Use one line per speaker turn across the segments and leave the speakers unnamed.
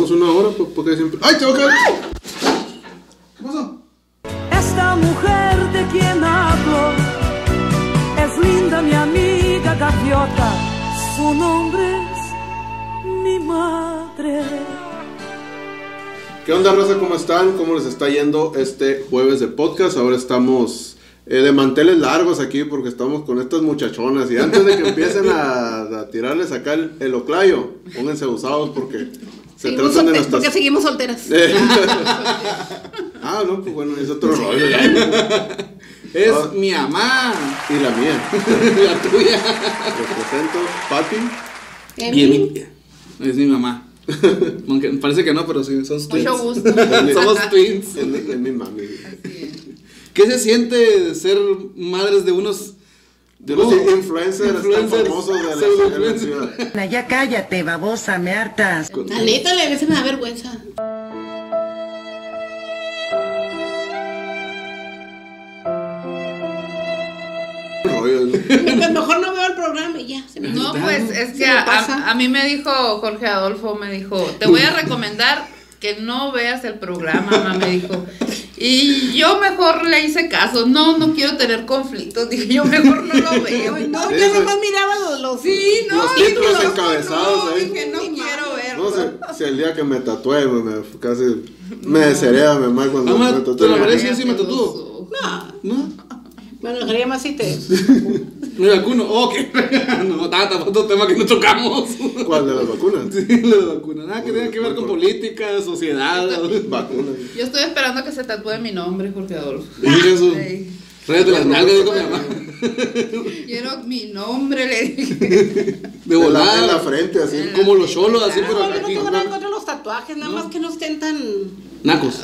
una hora, pues, porque siempre. ¡Ay, te va a caer! ¿Qué pasó?
Esta mujer de quien hablo es linda mi amiga gaviota. Su nombre es mi madre.
¿Qué onda, raza? ¿Cómo están? ¿Cómo les está yendo este jueves de podcast? Ahora estamos eh, de manteles largos aquí porque estamos con estas muchachonas. Y antes de que empiecen a, a tirarles acá el, el oclayo, pónganse usados porque se
Seguimos
tratan de
solte-
nuestras.
Porque seguimos solteras.
Eh. ah, no, pues bueno, es otro rollo. ya.
Es
Ah.
mi mamá.
Y la mía.
la tuya.
Les presento, Pati.
En
Y
fin,
Emilia. Es mi mamá. Aunque parece que no, pero sí, somos twins.
mucho gusto.
Somos twins.
Es, mi- es mi mami.
¿Qué se siente ser madres de unos
De los
Uh,
Pues, influencers, tan
influencers,
famosos de la,
pseudo
de la
influencers.
ciudad.
Ana, Ya cállate, babosa, me hartas.
La neta, la veces me da vergüenza.
Rollo, ¿no?
Mientras mejor no veo el programa y ya. Se me
No, pues es
Se
que
me
a,
pasa.
a mí me dijo Jorge Adolfo, me dijo, te voy a recomendar que no veas el programa, mamá, me dijo. Y yo mejor le hice caso, no, no quiero tener conflictos, dije, yo mejor no lo veo. y no,
No,
Sí,
yo nomás miraba los. los
sí, no,
Los títulos
dije, no,
encabezados
no,
ahí.
dije, no quiero verlo.
No sé, si el día que me tatué, me, me- casi me desherea mi mamá cuando
Mamá,
me
¿te lo
tatué.
parece? Yo sí me tatúo. ¿No?
Me enojaría más si te.
Me vacuno. Oh, qué verga. No, tata, otro tema que no tocamos.
¿Cuál de las vacunas?
Sí, lo de vacuna. Nada que tenga que ver con política, sociedad.
Vacunas.
Yo estoy esperando que se tatúe mi nombre, Jorge Adolfo.
Mira su.
Ey,
Rayate las nalgas, dijo mi mamá.
Quiero mi nombre, le dije.
De
En la, en la
volada.
frente, así.
Como los cholos, así, pero
ah, No, yo no
aquí.
tengo nada en contra de los tatuajes, nada más que no estén tan.
Nacos.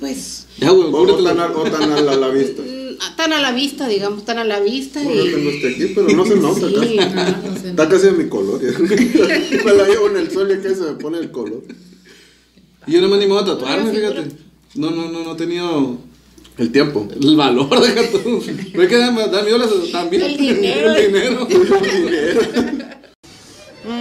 Pues.
Ya, güey,
O, o tan,
cúbretela.
a, o tan a la, la vista.
mm, tan a la vista, digamos, tan a la vista.
Bueno, yo tengo
Y...
este aquí, pero no se nota
Sí,
casi.
No, no sé,
Está casi de mi color. ya. me la llevo en el sol y acá se me pone el color.
Y Yo no me he animado a tatuarme,
Una figura.
fíjate. No, no, no, no he tenido
El tiempo.
el valor, deja tú. Pero es que da, da miedo las- también.
El dinero.
El dinero.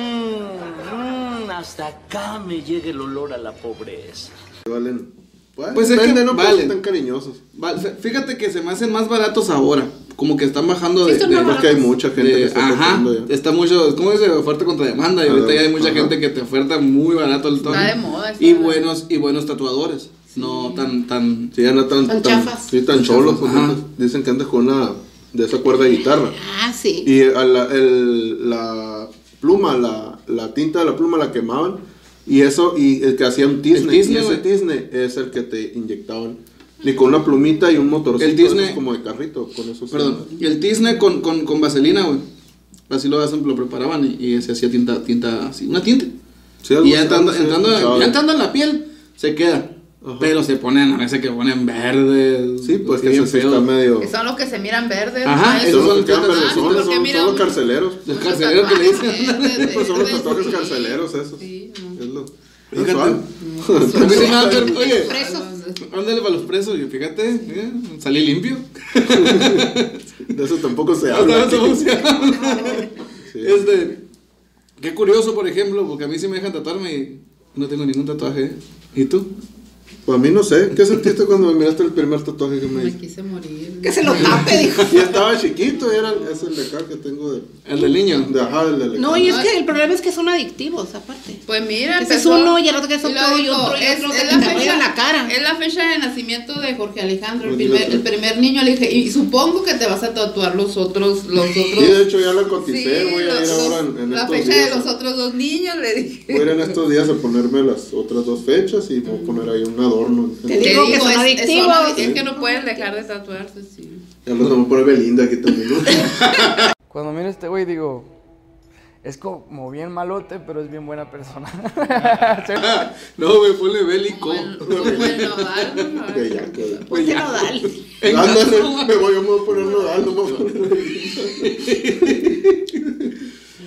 Mmm, hasta acá me llega el olor a la pobreza.
Valen. Pues,
Pues es que
depende, no Pero
valen.
son tan cariñosos.
Va- Fíjate que se me hacen más baratos ahora. Como que están bajando
Sí,
de.
son
de-
más
Porque hay mucha gente
de-
que está
ajá,
tatuando ya.
está mucho, ¿cómo dice? Oferta contra demanda. Y
A
ahorita
ver,
ya hay mucha
ajá.
gente que te oferta muy barato el tono.
Está de moda, está
Y
de moda.
buenos, y buenos tatuadores. No tan, tan.
Sí, ya no tan,
Tan
tan,
chafas.
sí, tan
Tan
cholos.
chafas,
porque
ajá.
andas- Dicen que andas con una de esa cuerda de guitarra.
Ah, sí.
Y a la, el- la pluma, la, la tinta de la pluma la quemaban. Y eso, y el que hacían Disney.
El Disney,
y ese
güey.
Disney es el que te inyectaban. Y con una plumita y un motorcito.
El Disney-
esos como de carrito, con esos.
Perdón. El Disney con, con, con vaselina, güey. Así lo hacen, lo preparaban y, y se hacía tinta, tinta así, una tinta.
Sí, algo
Y ya
así,
entrando,
algo así,
entrando,
escuchaba.
ya entrando en la piel, se queda.
Ajá.
Pero se ponen, a veces que ponen verdes.
Sí, pues
así
que eso
bien
sí
feo.
está medio.
Que son los que se miran verdes.
Ajá,
¿no? Ah,
esos
Son los que quedan
son tatuajes,
vergonzones,
porque
son,
mira
son los
un-
carceleros.
Los carceleros que le dicen.
Sí, pues son los tatuajes
Sí,
carceleros esos.
sí,
Es lo.
Fíjate.
Sensual.
A mí se me va a ver, Oye,
Presos.
pues, ándale para los presos. Yo, fíjate, eh, salí limpio.
De eso tampoco se
Hasta
habla.
eso funciona.
Sí.
Este, qué curioso, por ejemplo, porque a mí sí me dejan tatuarme y no tengo ningún tatuaje. ¿eh? ¿Y tú?
Pues a mí no sé. ¿Qué sentiste cuando me miraste el primer tatuaje que me
Me
hice?
quise morir.
Que se lo tape, dijo.
Y estaba chiquito, y era es el de acá que tengo de.
El del niño.
de ajá, el de
No, y es que el problema es que son adictivos, aparte.
Pues mira,
Ese es
empezó-
uno y al otro que es
y
otro
luego
y
dijo,
otro y
es-
otro
es
que
la
te
fecha-
arreglan la cara.
Es la fecha de nacimiento de Jorge Alejandro, el
Pues
primer,
mira,
el primer niño. Le dije, y supongo que te vas a tatuar los otros, los
Y de
otros.
hecho ya la
Sí,
coticé, voy a ir
los-
ahora en, en
la
estos
fecha
días.
de los otros dos niños, le dije.
Voy a ir en estos días a ponerme las otras dos fechas y voy a poner ahí un adorno.
Te digo que son
es- es-
adictivos.
adi- Es, que no pueden dejar de tatuarse, sí.
Ya los vamos a poner Belinda aquí también. ¿no?
Cuando miro a este güey digo, es como bien malote, pero es bien buena persona.
No, güey, ponle bélico.
Bueno, bueno, algo, a ver.
Bellaco, ¿eh?
Ponte nodal.
Ándale, Ah, me voy, yo me voy a poner nodal, no me voy a poner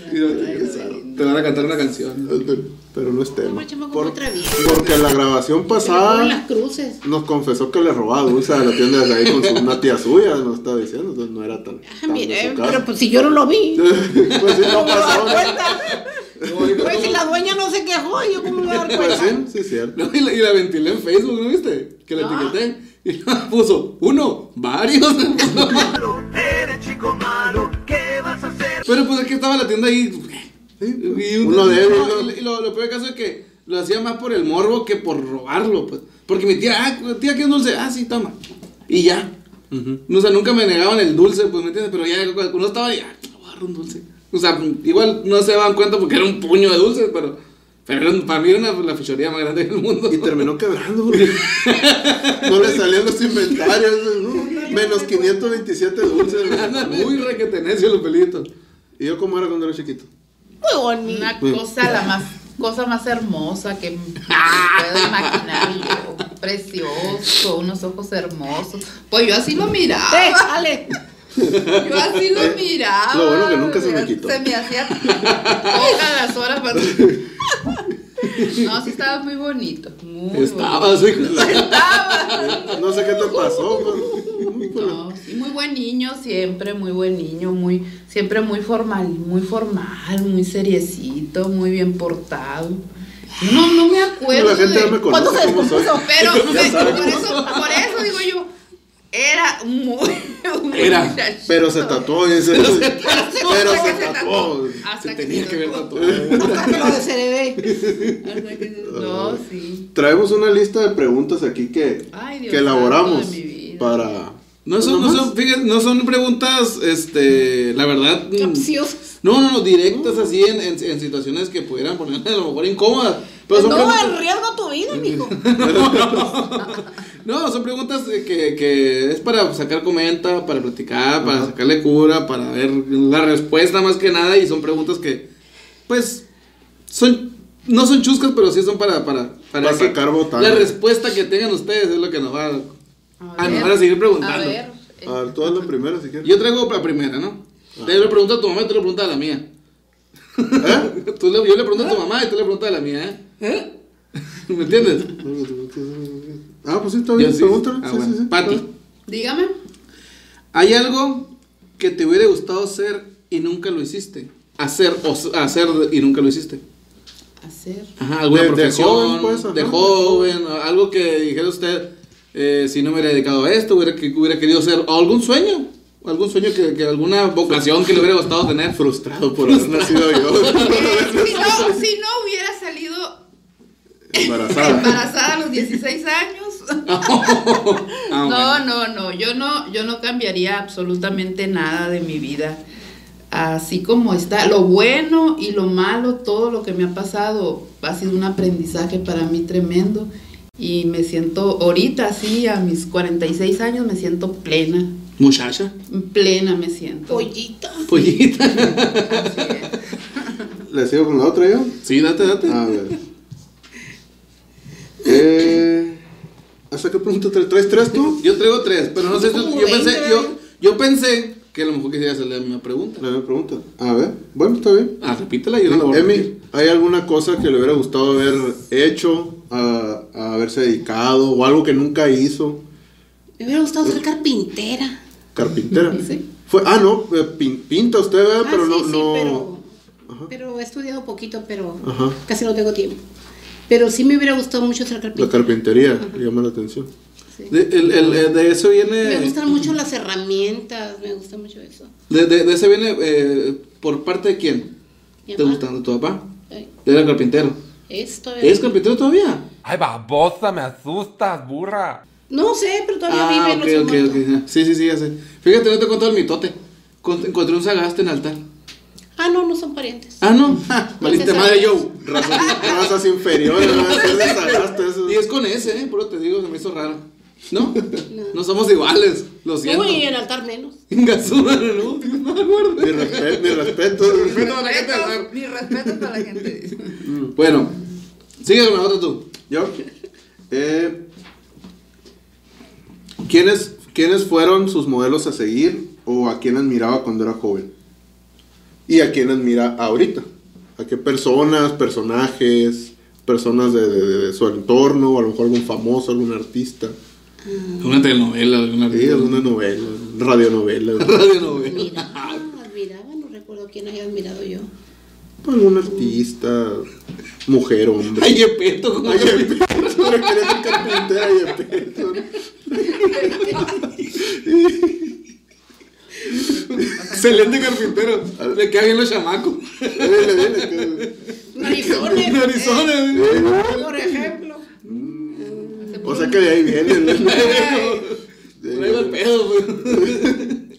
Te van a cantar una canción.
Belinda. Pero no es tema.
Hombre, chamaco,
Por-
muy travieso.
porque la grabación
Se le ponen las
pasada
cruces.
nos confesó que le robaba dulce a la tienda de ahí con su, una tía suya, nos estaba diciendo, entonces no era tan.
Ah,
tan
mira,
de
eh,
su
pero
casa.
pues si yo no lo vi.
pues sí, no
No me
pasó.
daba cuenta.
No, y-
Pues si la dueña no se quejó, yo cómo me voy a dar
Pues
cuenta.
sí, sí, es cierto.
No, y, la, y la ventilé en Facebook, ¿no viste? Que la etiqueté. Y la puso uno, varios. Pero pues aquí estaba la tienda ahí. Y un-
Uno de ellos,
no,
¿no?
Y, y lo, lo peor caso es que lo hacía más por el morbo que por robarlo, pues. Porque mi tía, ah, tía, ¿qué es dulce? Ah, sí, toma. Y ya. No, O sea, nunca me negaban el dulce, pues, ¿me entiendes? Pero ya cuando uno estaba, ya, voy a agarrar un dulce. O sea, igual no se daban cuenta porque era un puño de dulces, pero, pero era- para mí era una- la fichoría más grande del mundo.
Y terminó quebrando porque no le salían los inventarios. ¿no? Menos 527 dulces.
Andan
güey.
Muy requetenecio los pelitos.
¿Y yo cómo era cuando era chiquito?
Muy bonito.
Una
Pues,
cosa la más cosa más hermosa que me puedo imaginar yo. Precioso, unos ojos hermosos. Pues yo así lo
Eh,
miraba.
Ale.
Yo así lo miraba.
eh, Lo bueno que nunca se me quitó.
Se me hacía pocas las horas para. No, sí estaba muy bonito. Muy
Estaba así.
bonito. Estaba.
No sé qué te pasó. pues.
No, sí, muy buen niño siempre, muy buen niño, muy siempre muy formal, muy formal, muy seriecito, muy bien portado. No, no me acuerdo.
La gente
de-
ya me conoce.
¿Cuándo se
¿cómo soy?
descompuso?
pero
Ya
me-
saben.
por eso, por eso digo yo, era muy, un buen
Era,
muchachito.
Pero se tatuó ese. Pero se tatuó.
Hasta
Se
que
tenía
se
que ver
tatuó.
tatuado.
Hasta que lo desheredé.
Hasta que se-
Oh.
No, sí.
Traemos una lista de preguntas aquí que,
Ay, Dios
que elaboramos
santo de mi vida.
para.
No son, no
¿Nomás?
son, fíjate, no son preguntas, este, la verdad. mm,
pues,
Capciosas.
No, no, no, directas así en, en, en situaciones que pudieran poner a lo mejor incómodas.
Pues,
Pero son
No
preguntas-
arriesgo tu vida, mijo.
No, son preguntas eh, que, que es para sacar comenta, para platicar, para sacarle cura, para ver la respuesta más que nada. Y son preguntas que, pues, son no son chuscas, pero sí son para, para,
Para
que
sacar botana.
La respuesta que tengan ustedes es lo que nos va a...
A
Ah, no,
ver,
ahora seguir preguntando.
A ver, eh,
A ver, tú haz la primera si quieres.
Yo traigo la primera, ¿no?
Ah.
Te le pregunto a tu mamá y tú le preguntas a la mía.
¿Eh?
Tú le- yo le pregunto a tu mamá y tú le preguntas a la mía, ¿eh? ¿Me entiendes?
Ah, pues sí, está bien.
Yo sí.
Pregúntale.
Ah,
sí,
bueno.
sí, sí.
Pati.
dígame.
¿Hay algo que te hubiera gustado hacer y nunca lo hiciste? Hacer o s- hacer y nunca lo hiciste.
Hacer.
Ajá, alguna
De- de
profesión,
joven, pues, ajá.
de joven, algo que dijera usted, eh, si no me hubiera dedicado a esto, hubiera, que, hubiera querido hacer o algún sueño, algún sueño que, que alguna vocación que le hubiera gustado tener.
Frustrado por haber nacido yo.
Eh, si, no, si no hubiera salido
Embarazada.
embarazada a los 16 años.
Ah, bueno.
No, no, no, yo no, yo no cambiaría absolutamente nada de mi vida. Así como está, lo bueno y lo malo, todo lo que me ha pasado ha sido un aprendizaje para mí tremendo y me siento ahorita así a mis 46 años me siento plena,
Muchacha,
plena me siento.
Pollita.
pollita.
Así es.
¿Le sigo con la otra yo? Ah,
Sí, date, date.
A ver. Eh, ¿Hasta qué punto tra- traes tres tú?
Yo traigo tres, pero no sé,
Como
yo pensé,
20,
yo, yo pensé que a lo mejor quisiera hacerle la misma pregunta.
La misma pregunta. A ver, bueno, está bien.
Ah, repítela, yo no la voy a repetir.
Emi, ¿hay alguna cosa que le hubiera gustado haber hecho, a, a haberse dedicado, o algo que nunca hizo?
Me hubiera gustado ser carpintera.
Carpintera.
Sí.
Fue, ah, no, eh, pin- pinta usted, ¿verdad? pero
ah,
no,
sí, sí,
no.
pero, pero he estudiado poquito, pero
Ajá.
casi no tengo tiempo. Pero sí me hubiera gustado mucho ser
La
carpintera.
carpintería llama la atención.
De, el- el- eh, de eso
Me
viene.
gustan mucho las herramientas, me gusta mucho eso.
De, de- de eso viene eh, por parte de quién?
Mi
¿Te
mamá.
gusta? ¿De tu papá?
Ay,
Era carpintero.
Esto
¿Es carpintero todavía?
Ay, babosa, me asustas, burra.
No sé, pero todavía
Ah,
vive,
ok,
no sé
ok, ok.
muerto.
ya. Sí, sí, sí, ya sé. Fíjate, no te he contado el mitote. Con- encontré un sagaste en altar.
Ah, no, no son parientes.
Ah, no. Ja, Valiste
Ese
madre,
sagaste.
yo.
Razas, razas inferiores, ¿verdad? Hacer desagaste eso.
Y es con ese, ¿eh? Por eso te digo, se me hizo raro. ¿No? No somos iguales. Lo siento.
Uy, en altar menos.
Ingasura, no, Dios, no me acuerdo.
Mi, respe- mi respeto.
Respeto a la gente del
Respeto,
altar.
mi respeto para la gente.
Mm, Bueno, sigue con la otra tú.
Yo. Eh, ¿quiénes, ¿Quiénes fueron sus modelos a seguir o a quién admiraba cuando era joven? ¿Y a quién admira ahorita? ¿A qué personas, personajes, personas de, de- de- de su entorno, a lo mejor algún famoso, algún artista?
Una telenovela, alguna
Sí, alguna novela, radionovela.
radionovela.
Miraba, admiraba, no recuerdo quién haya admirado yo.
Pues un artista, mujer, hombre.
Ay, Yepeto, como
Ay, Yepeto, le quería ser carpintera, Yepeto.
excelente carpintero. Le queda bien los chamacos.
Dele, dele, que-
Narizones.
Narizones.
eh, Por ejemplo.
O sea que de ahí viene. ¿no?
Por ahí va el pedo, pues.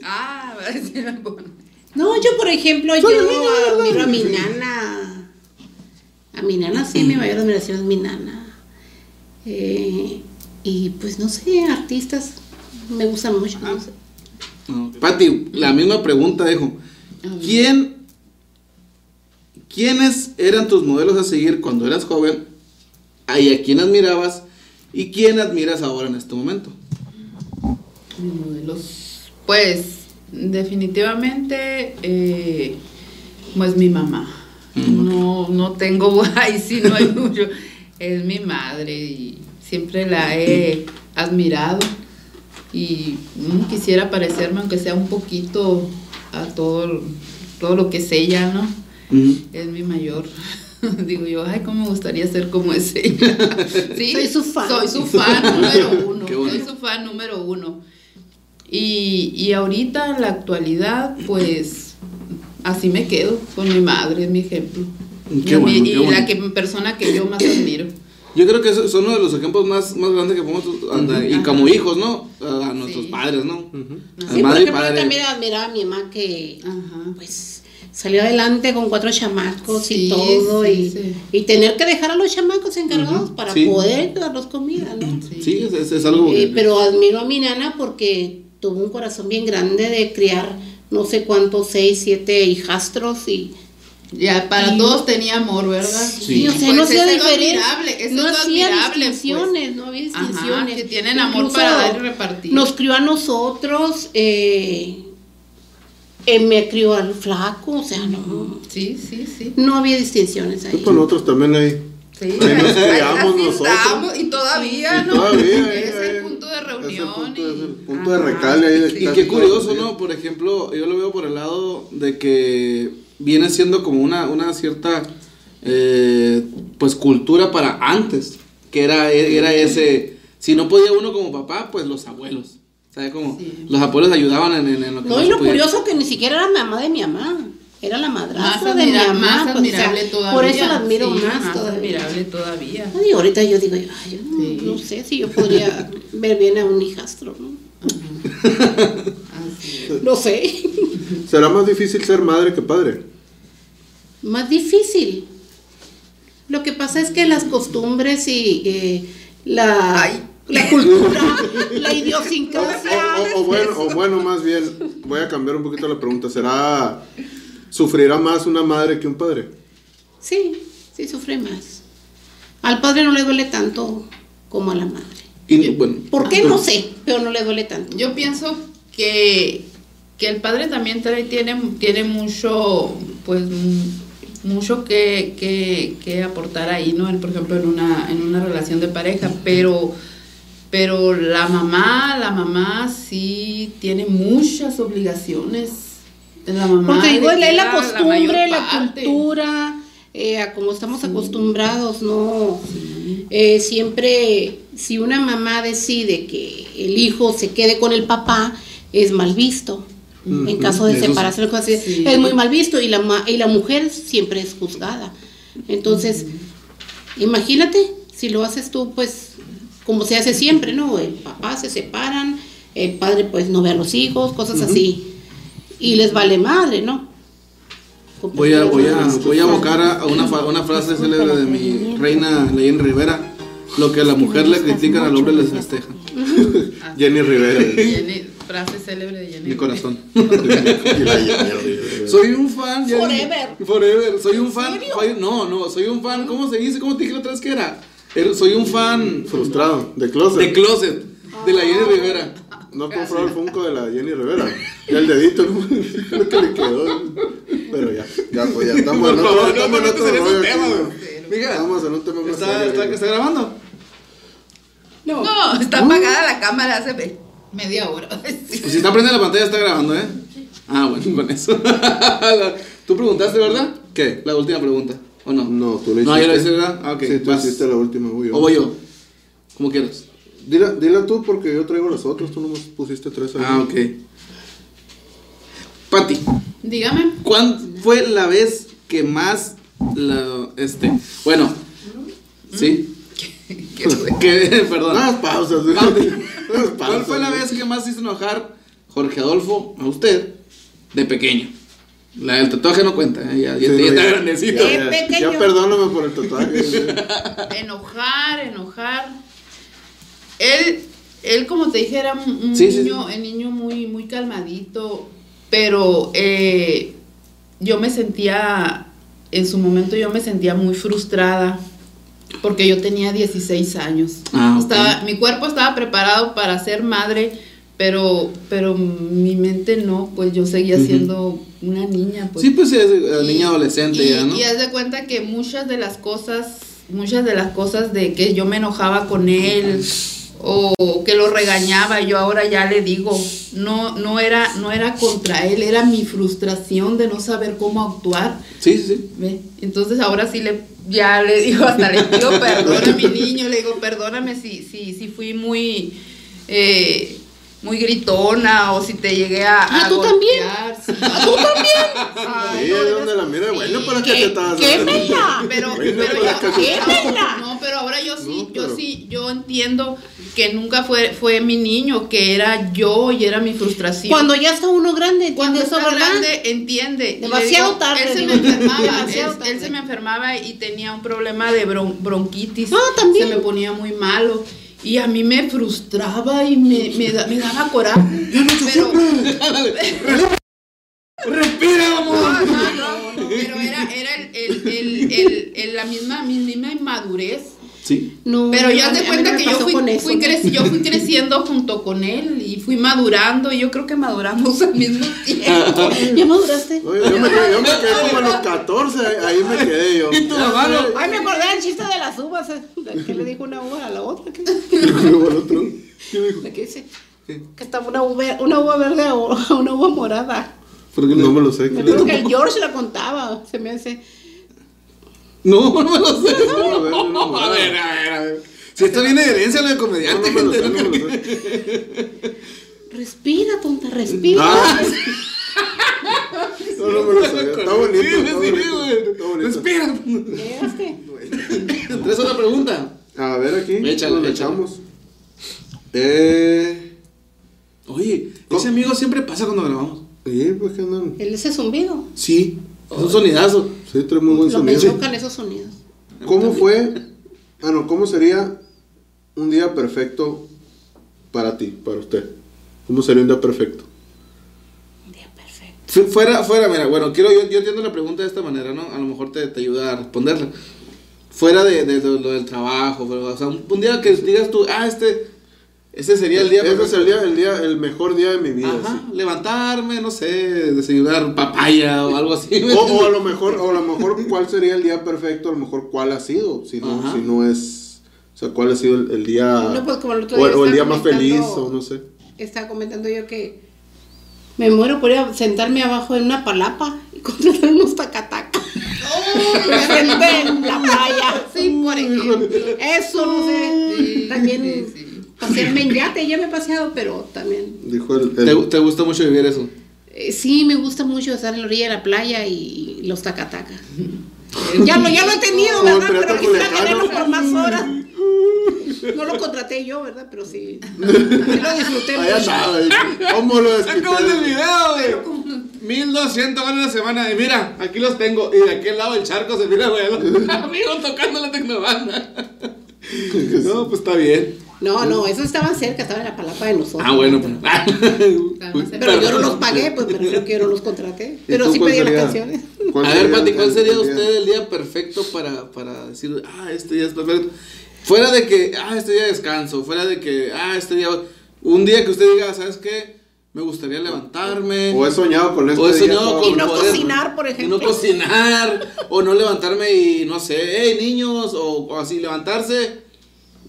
Ah, va a decir algo.
No, yo por ejemplo, yo admiro a mi nana. A mi nana sí, mi mayor admiración es mi nana. Eh, y pues no sé, artistas me gustan mucho. no sé.
Pati, la misma pregunta dejo. ¿Quién, ¿Quiénes eran tus modelos a seguir cuando eras joven? Ah, ¿Y a quién admirabas? ¿Y quién admiras ahora en este momento?
Mis modelos. Pues, definitivamente, eh, pues mi mamá. No, no tengo, ahí sí no hay mucho. Es mi madre y siempre la he admirado. Y mm, quisiera parecerme, aunque sea un poquito, a todo, todo lo que es ella, ¿no? Es mi mayor. Digo yo, ay, cómo me gustaría ser como es ella. Sí,
Soy su fan.
Soy su fan número uno.
Qué bueno.
Soy su fan número uno. Y, y ahorita, en la actualidad, pues así me quedo con mi madre, es mi ejemplo.
Qué
y a mí-
bueno, qué
y
bueno.
la que, persona que yo más admiro.
Yo creo que eso es uno de los ejemplos más, más grandes que podemos andar, y como hijos, ¿no? A, a nuestros
Sí.
padres, ¿no? A
Sí, por
madre
ejemplo,
y
yo
padre.
también admiraba a mi mamá que
Ajá.
pues salió adelante con cuatro chamacos y
Sí,
todo
sí,
y,
sí.
y tener que dejar a los chamacos encargados para
sí.
poder darnos comida, ¿no?
Sí, es, es- es algo.
Eh,
que-
pero admiro a mi nana porque tuvo un corazón bien grande de criar no sé cuántos, seis, siete hijastros y...
Ya, para todos tenía amor, ¿verdad?
Sí,
y, o sea, no
Pues
sea
eso es lo
diferente.
admirable, eso
no
es lo
hacía
admirable, pues.
distinciones, no había
Ajá,
distinciones.
que tienen amor para dar y repartir.
Nos crió a nosotros, eh, eh, me crió al flaco, o sea, no,
Sí, sí, sí.
no había distinciones
Sí,
ahí.
con otros Pues también ahí.
Sí,
Ahí nos
así
criamos nosotros.
estamos, y todavía, ¿no?
Todavía,
es
ahí, ahí.
el punto de reunión.
Es el punto,
y-
es el punto de
Ajá.
recale ahí. de
Y
casi
qué
todos
curioso,
los días.
¿no? Por ejemplo, yo lo veo por el lado de que viene siendo como una, una cierta eh, pues cultura para antes, que era, e, era ese, si no podía uno como papá, pues los abuelos. ¿Sabes cómo? Los abuelos ayudaban en, en- en lo que
No,
se
y lo
podía.
curioso que ni siquiera era la mamá de mi mamá. Era la madrastra
Más
de mi
admira-
mamá.
más
pues, o sea,
admirable todavía.
Por eso la admiro
sí,
más, todavía.
admirable todavía.
Y ahorita yo digo, ay, yo no,
Sí.
no sé si yo podría ver bien a un hijastro, ¿no?
Así
No sé.
¿Será más difícil ser madre que padre?
Más difícil. Lo que pasa es que las costumbres y eh, la, la cultura, la
O,
idiosincrasia.
o- o- o bueno, o bueno, más bien, voy a cambiar un poquito la pregunta. ¿Será. ¿Sufrirá más una madre que un padre?
Sí, sí sufre más. Al padre no le duele tanto como a la madre.
Y, bueno,
¿Por qué? No sé, pero no le duele tanto.
Yo pienso que, que el padre también trae- tiene, tiene mucho, pues, mu- mucho que, que- que aportar ahí, ¿no? En- Por ejemplo, en una, en una relación de pareja, pero, pero la mamá, la mamá sí tiene muchas obligaciones. La mamá
Porque digo,
le
es la, es la
queda
costumbre,
mayor
la,
parte.
cultura, eh, a como estamos acostumbrados, ¿no? Eh, siempre, si una mamá decide que el hijo se quede con el papá, es mal visto. En caso de
Eso sí.
separación, cosas así,
Sí.
es muy mal visto y la, ma- y la mujer siempre es juzgada. Entonces, imagínate, si lo haces tú, pues, como se hace siempre, ¿no? El papá se separan, el padre pues no ve a los hijos, cosas así. Y les vale madre, ¿no? pues,
Voy a, voy a, voy a abocar a a una, fa- una frase célebre de mi reina Leyen Rivera. Lo que a la mujer le critican, al hombre les festeja.
Jenny Rivera.
Jenny- frase célebre de Jenny.
Mi corazón.
Y la Jenny Rivera.
Soy un fan. ya-
Forever.
Forever. Soy un fan. soy- no, no, soy un fan. ¿Cómo se dice? ¿Cómo te dije la otra vez que era? Er- Soy un fan
Frustrado, de closet.
de Closet, de la Jenny Rivera.
No compró el Funko de la Jenny Rivera. Ya el dedito, ¿no? Creo que le quedó. Pero ya, ya, pues ya estamos
Por
en otro,
favor, no,
estamos
no,
en
no
otro
te des
rollo
un
aquí,
tema,
¿no?
güey. Mija,
Estamos en un tema más
¿Está,
serio,
está,
güey.
¿Está grabando?
No, está apagada la cámara hace ve- media hora.
Pues si está prendida la pantalla, está grabando, ¿eh? Ah, bueno, con eso. Tú preguntaste, ¿verdad?
¿Qué?
La última pregunta, ¿o no?
No, tú le
No,
hiciste.
yo la hice, ¿verdad? Ah, ok.
Sí, tú
vas.
hiciste la última, voy yo.
O voy yo. Como quieras.
Dila, dila tú porque yo traigo las otras, tú nomás pusiste tres ahí.
Ah, ok. Pati,
Dígame.
¿cuándo fue la vez que más la, este, bueno, sí,
Qué güey.
que, perdón.
Unas pausas, güey. Unas pausas,
¿Cuál fue la
güey.
vez que más hizo enojar Jorge Adolfo a usted de pequeño? La del tatuaje no cuenta, ¿eh? ya,
Sí,
ya, te- ya
no,
está
ya- pues.
grandecito.
ya-
Qué
ya- Ya
pequeño.
perdóname por el tatuaje. güey.
Enojar, enojar. Él, él como te dije, era un, un
Sí, sí,
niño, un niño muy, muy calmadito, pero eh, yo me sentía, en su momento yo me sentía muy frustrada, porque yo tenía 16 años.
Ah, ok.
Estaba- mi cuerpo estaba preparado para ser madre, pero, pero mi mente no, pues yo seguía
Ujú.
siendo una niña. Pues.
Sí, pues es eh,
Y-
niña adolescente
y,
ya, ¿no?
y haz de cuenta que muchas de las cosas, muchas de las cosas de que yo me enojaba con él o que lo regañaba, yo ahora ya le digo, no no era no era contra él, era mi frustración de no saber cómo actuar.
Sí, sí, sí.
¿ve? Entonces ahora sí le ya le digo hasta le digo, perdona mi niño, le digo, perdóname si si si fui muy eh, muy gritona o si te llegué a,
Ah,
a
¿tú también?
golpear, sí.
¿Tú también?
Ay,
Sí,
no,
es
de
donde
veras
la mira, bueno, para que
¿Qué-
te estás.
quémela?
pero,
Bueno,
pero
para
yo,
que-
ahora- no, pero ahora yo sí,
No,
yo
pero-
sí, yo entiendo que nunca fue, fue mi niño, que era yo y era mi frustración.
Cuando ya está uno grande, cuando
Cuando
eso,
está
¿verdad?
grande entiende. Y le
Demasiado
digo,
tarde,
Él se me
digo.
enfermaba, él,
Demasiado
él se
tarde.
me enfermaba y tenía un problema de bron- bronquitis.
Ah, también.
Se me ponía muy malo. Y a mí me frustraba y me, me, da- me daba coraje. Pero-
¡Respira, amor!
No, no, no, pero era, era el- el- el- el- el- la misma, misma inmadurez.
Sí.
No,
Pero
no,
ya
a
te
mí
cuenta
me
que yo
pasó
fui,
con eso.
fui creci- yo fui creciendo junto con él y fui madurando y yo creo que maduramos al mismo tiempo.
¿Ya maduraste?
No, yo, yo me quedé, yo me quedé como a los 14, ahí- ahí me quedé yo.
¿Y tu mamá no?
Ay, me acordé del chiste de las uvas. eh, que le dijo una uva a la otra? ¿Qué, ¿Qué dice? Que estaba una uva, una uva verde a u- a una uva morada.
Porque no me lo sé.
Me acuerdo que el George la contaba. Se me hace.
No, no me lo sé.
No, a ver, no, no,
a ver, a ver, a ver. Si esto viene de herencia, lo de
No,
comediante.
no me lo sé,
gente,
no me lo sé.
Respira, tonta, respira.
Ah. No, no me lo sé. Está bonito.
Sí,
Está
sí,
bonito.
güey.
Está bonito.
Respira.
Llegaste.
Tres otra pregunta.
A ver aquí.
Échale,
nos la
échale.
echamos. Eh.
Oye, ese amigo siempre pasa cuando grabamos.
Sí, pues que andan.
Él ese zumbido.
Sí. Es un sonidazo.
Sí, trae muy buen
Lo que
sonido.
chocan esos sonidos.
¿Cómo fue? Ah, no, ¿cómo sería un día perfecto para ti, para usted? ¿Cómo sería un día perfecto?
Un día perfecto.
Fu- Fuera, fuera, mira, bueno, quiero, yo, yo entiendo la pregunta de esta manera, ¿no? A lo mejor te, te ayuda a responderla. Fuera de, de lo, lo del trabajo, fuera- o sea, un, un día que digas tú, ah, este, este sería el día
Ese es
perfecto.
el día, el día, el mejor día de mi vida.
Ajá,
sí.
levantarme, no sé, desayunar papaya o algo así.
O, o a lo mejor, o a lo mejor, ¿cuál sería el día perfecto? A lo mejor, ¿cuál ha sido? Si no,
Ajá.
si no es, o sea, ¿cuál ha sido el, el día?
No, pues, como el otro
o,
día
o el
estaba
día más feliz,
comentando-
o no sé.
Estaba comentando yo que me muero por ir a sentarme abajo en una palapa y contratar unos tacataca. me senté en la playa.
Sí, por ejemplo.
Eso, no sé.
Sí,
también
sí,
pasearme en yate. Ya me he paseado, pero también.
Dijo el, el-
¿Te, gu- te gusta mucho vivir eso?
eh, sí, me gusta mucho estar en la orilla de la playa y los tacataca. ya, lo, ya lo he tenido,
Como el
¿verdad? Pero
pirata
quisiera
Culiacán,
tenerlo
¿no?
por más horas. No lo contraté yo, ¿verdad? Pero sí. Lo disfruté
Ahí
mucho.
andaba, dijo, ¿Cómo lo desquité?
Acabas el video, güey. 1200 van a la semana. Y mira, aquí los tengo. Y de aquel lado del charco se mira, güey. los amigos tocando la tecnobanda. No, pues está bien.
No, no, esos estaban cerca, estaban en la palapa de nosotros.
Ah, bueno, pues.
Pero yo no los pagué, pues me refiero que yo no los contraté.
pues, ¿Y
Pero
tú
sí
cuál
pedí las
sería?
canciones.
¿Cuál
a ver,
sería
Pati, ¿cuál
el-
sería
el día?
usted el día perfecto para, para decir, ah, este día es perfecto? Fuera de que, ah, este día descanso, fuera de que, ah, este día. Un día que usted diga, ¿sabes qué? Me gustaría levantarme.
O he soñado con este
O he
día
soñado
todo
con
Y Pues no
poder-
cocinar, por ejemplo.
Y no cocinar, o no levantarme y no sé, hey niños, o, o así levantarse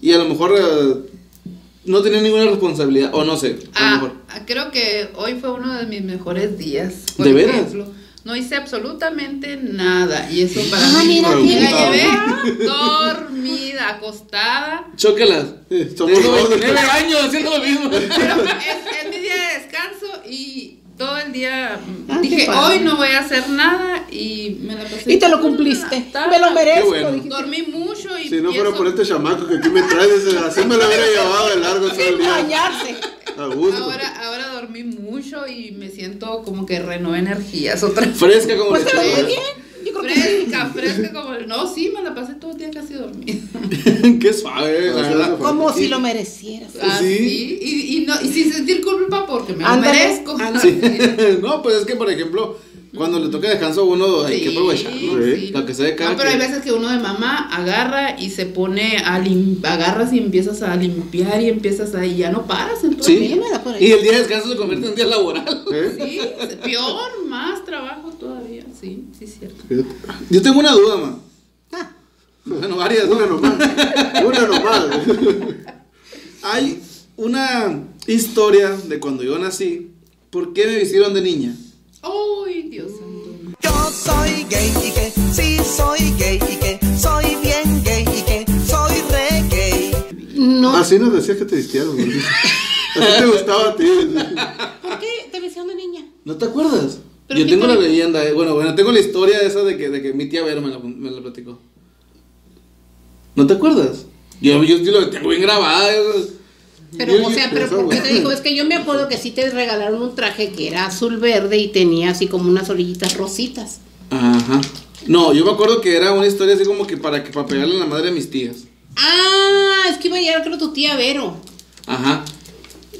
y a lo mejor eh, no tener ninguna responsabilidad, o no sé, a lo
Ah,
mejor.
creo que hoy fue uno de mis mejores días. por
¿De veras?
ejemplo. No hice absolutamente nada. Y eso para
Ah,
mí.
mira,
me la
mira.
llevé dormida, acostada.
Chócalas.
Eh, somos
Tengo
dos.
29 años haciendo lo mismo.
Pero es, es mi día de descanso y todo el día mm,
Ah, qué
dije,
padre.
hoy no voy a hacer nada y me la pasé.
Y te lo cumpliste.
Ah,
Me lo
Qué
merezco.
bueno.
dijiste.
Dormí mucho y
Si no fuera
pienso-
por este chamaco que aquí me trae, desde- así me lo hubiera llevado de largo todo el
Sin
día.
bañarse.
A gusto.
Ahora, ahora dormí mucho y me siento como que renové energías otra vez.
Fresca como
Pues
la
te lo
chela.
dije bien. Yo creo que sí.
Fresca, fresca como... No, sí, me la pasé todo el día casi dormida.
Qué suave, la verdad.
Pues
Ah,
Como si lo merecieras.
Así. Ah, Y, y, no, y sin sentir culpa porque me lo
Ándale,
merezco.
ándale.
Sí.
no, pues es que, por ejemplo, cuando le toca descanso a uno, hay que aprovechar, ¿no?
sí.
Lo que sea de cada
No, pero hay
quien.
veces que uno de mamá agarra y se pone a lim- agarras y empiezas a limpiar y empiezas ahí, ya no paras en todo
Sí.
el día.
me da por ahí.
Y el día de descanso se convierte en día laboral.
¿Eh?
Sí, es peor, más trabajo todavía. Sí, sí, es cierto.
Fíjate.
Yo tengo una duda, ma. Bueno, varias, ¿no?
Una nomás. Una nomás.
Hay una historia de cuando yo nací. ¿Por qué me vistieron de niña?
Uy, Dios santo.
Yo soy gay y que sí soy gay y que soy bien gay y que soy re gay.
No.
Así nos decías que te vistieron. güey. Así te gustaba a ti.
¿Por qué te vestieron de niña?
¿No te acuerdas?
¿Pero
yo
qué
tengo la
tal?
leyenda, eh, bueno, bueno, tengo la historia esa de que, de que mi tía Vero me la, me la platicó. ¿No te acuerdas? Yo, yo sí lo tengo bien grabada. yo-
Pero,
yo-
o
yo-
sea, pero
esa,
¿por qué te
güey.
digo? Es que yo me acuerdo que sí te regalaron un traje que era azul verde y tenía así como unas orillitas rositas.
Ajá. No, yo me acuerdo que era una historia así como que para, que, para pegarle a la madre a mis tías.
Ah, es que iba a llegar creo tu tía Vero.
Ajá.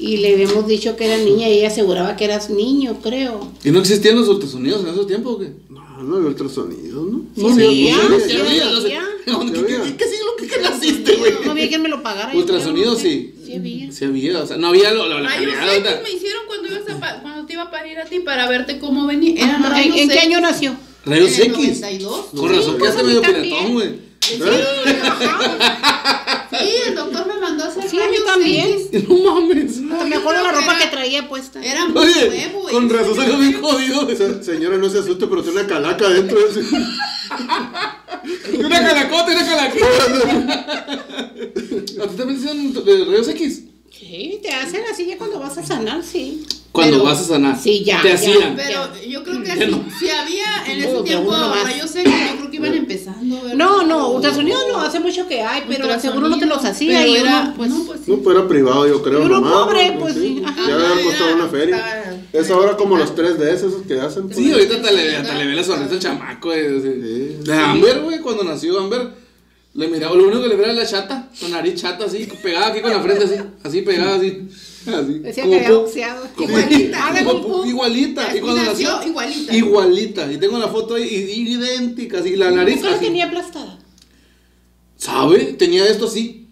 Y le habíamos dicho que era niña y ella aseguraba que eras niño, creo.
¿Y no existían los ultrasonidos en esos tiempos o qué?
No, no había ultrasonido, ¿no?
Sí, había,
no,
sí
sí había, no sé.
había.
¿Dónde-
Sí
¿Qué,
había.
qué, qué siglo que naciste, güey?
No había quien me lo pagara. yo creo,
Ultrasonido,
no sé.
sí.
Sí había.
Sí había, o sea, no había lo, lo- la
Rayos
calidad,
X
ahorita.
me hicieron cuando, ibas a pa- cuando te iba a parir a ti para verte cómo venía. Eran
Ajá, ¿En,
rayos
en qué
X.
año nació?
Rayos
En el
X.
92.
Con
Sí,
razón,
pues,
quedaste
a mí
medio
también.
piratón, güey.
Sí,
Ah,
Sí, el doctor me mandó a hacer
Sí, a mí
rayos
también.
X.
No mames.
Hasta me acuerdo la ropa que traía puesta.
Era muy
Oye,
nuevo. eh.
con
güey.
razón salió bien jodido.
Se- señora, no se asuste, pero tiene una calaca dentro de ese.
Una calacota, una calacota. ¿A ti también hicieron eh, rayos X?
Sí, te hacen así ya cuando vas a sanar, sí.
Cuando
Pero-
vas a sanar.
Sí, ya,
Te
ya.
hacían.
Pero yo creo que
Ya
si,
no.
si había en
No,
ese
de
tiempo
uno más.
rayos X, yo creo que iban empezando. ¿verdad?
No, no, ultrasonido no, hace mucho que hay, pero seguro no te los hacía
Pero
y
era-
uno, pues,
no, pues sí.
No, pues era privado, yo creo.
Pero
nomás,
pobre,
¿no?
pues, sí, ajá.
Ya le habían
Ajá,
costado
era-
una feria.
estaba-
Es ahora como los 3D esos que hacen.
Sí,
pues.
ahorita te le, hasta le ve la sonrisa al chamaco. eh, sí.
Sí.
De Amber, güey, cuando nació Amber, le miraba, lo único que le miraba era la chata, la nariz chata así, pegada aquí con la frente así, así pegada así. así
decía
como
que había
pu-
boxeado.
como-
Igualita, haga
como
un pu-
pu- Igualita. Y cuando
Y nació
nació,
igualita.
igualita. Y tengo la foto ahí, i- idéntica, así, la nariz
Nunca la
así.
pues, tenía aplastada.
¿Sabe? Tenía esto así,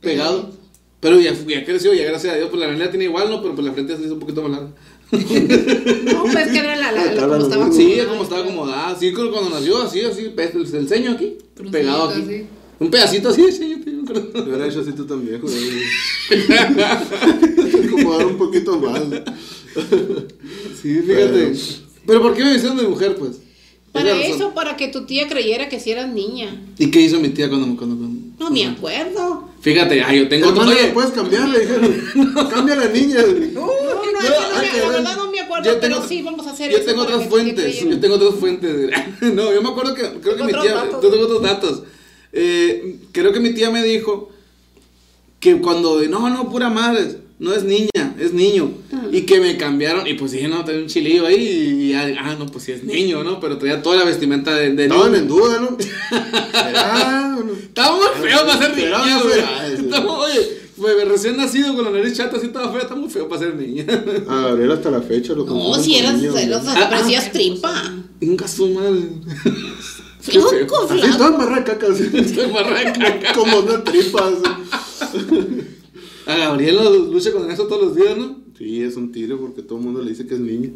pegado. Pero ya, ya creció, ya gracias a Dios, pues la nariz la tiene igual, ¿no? Pero pues la frente así es un poquito más larga.
No, pues que era la, la, la- como estaba.
Sí, es como estaba acomodada. Sí, como cuando nació, así, así, pe- el, el ceño aquí,
Crucecito,
pegado aquí.
así.
Un pedacito así de ceño, tío, creo.
Yo hubiera hecho así tú también, güey. como dar un poquito más.
Sí, fíjate. Pero ¿por qué me hicieron de mujer, pues?
Para
Tenía razón.
eso, para que tu tía creyera que si eras niña.
¿Y qué hizo mi tía cuando me cuando, cuando-
No me acuerdo.
Fíjate, ay, yo tengo otro.
Hermana,
Oye,
¿la puedes cambiar? Le dijeron. Cambia la niña.
No, no, es que no me- la verdad no me acuerdo,
yo
pero
tengo-
sí, vamos a hacer
Yo
eso
tengo
para
otras
que tu tía
fuentes.
creyera.
Yo tengo otras fuentes. No, yo me acuerdo que. Creo que mi
otros
tía.
datos.
Yo tengo otros datos. Eh, creo que mi tía me dijo que cuando. de, No, no, pura madre. No es niña, es niño.
Ah.
Y que me cambiaron. Y pues dije, no, tenía un chilillo ahí. Y ya, ah, no, pues sí es niño, ¿no? Pero traía toda la vestimenta de, de
Estaban
niño.
en duda, ¿no? ¿Será o no?
Estaba muy feo para ser
Pero
niña,
no
güey.
será ese.
Estaba, oye, güey, recién nacido con la nariz chata, así estaba fea, está muy feo para ser niña.
A Gabriel hasta la fecha lo
No,
confunden
si
con Ah,
eras Ah,
niño, güey.
celosa, te parecías tripa.
Nunca su madre. Qué feo.
Loco,
Así
flaco.
toda marracaca, así.
Estoy barranca.
Como una tripa. así.
A Gabriel lo lucha con eso todos los días, ¿no?
Sí, es un tiro porque todo el mundo le dice que es niña.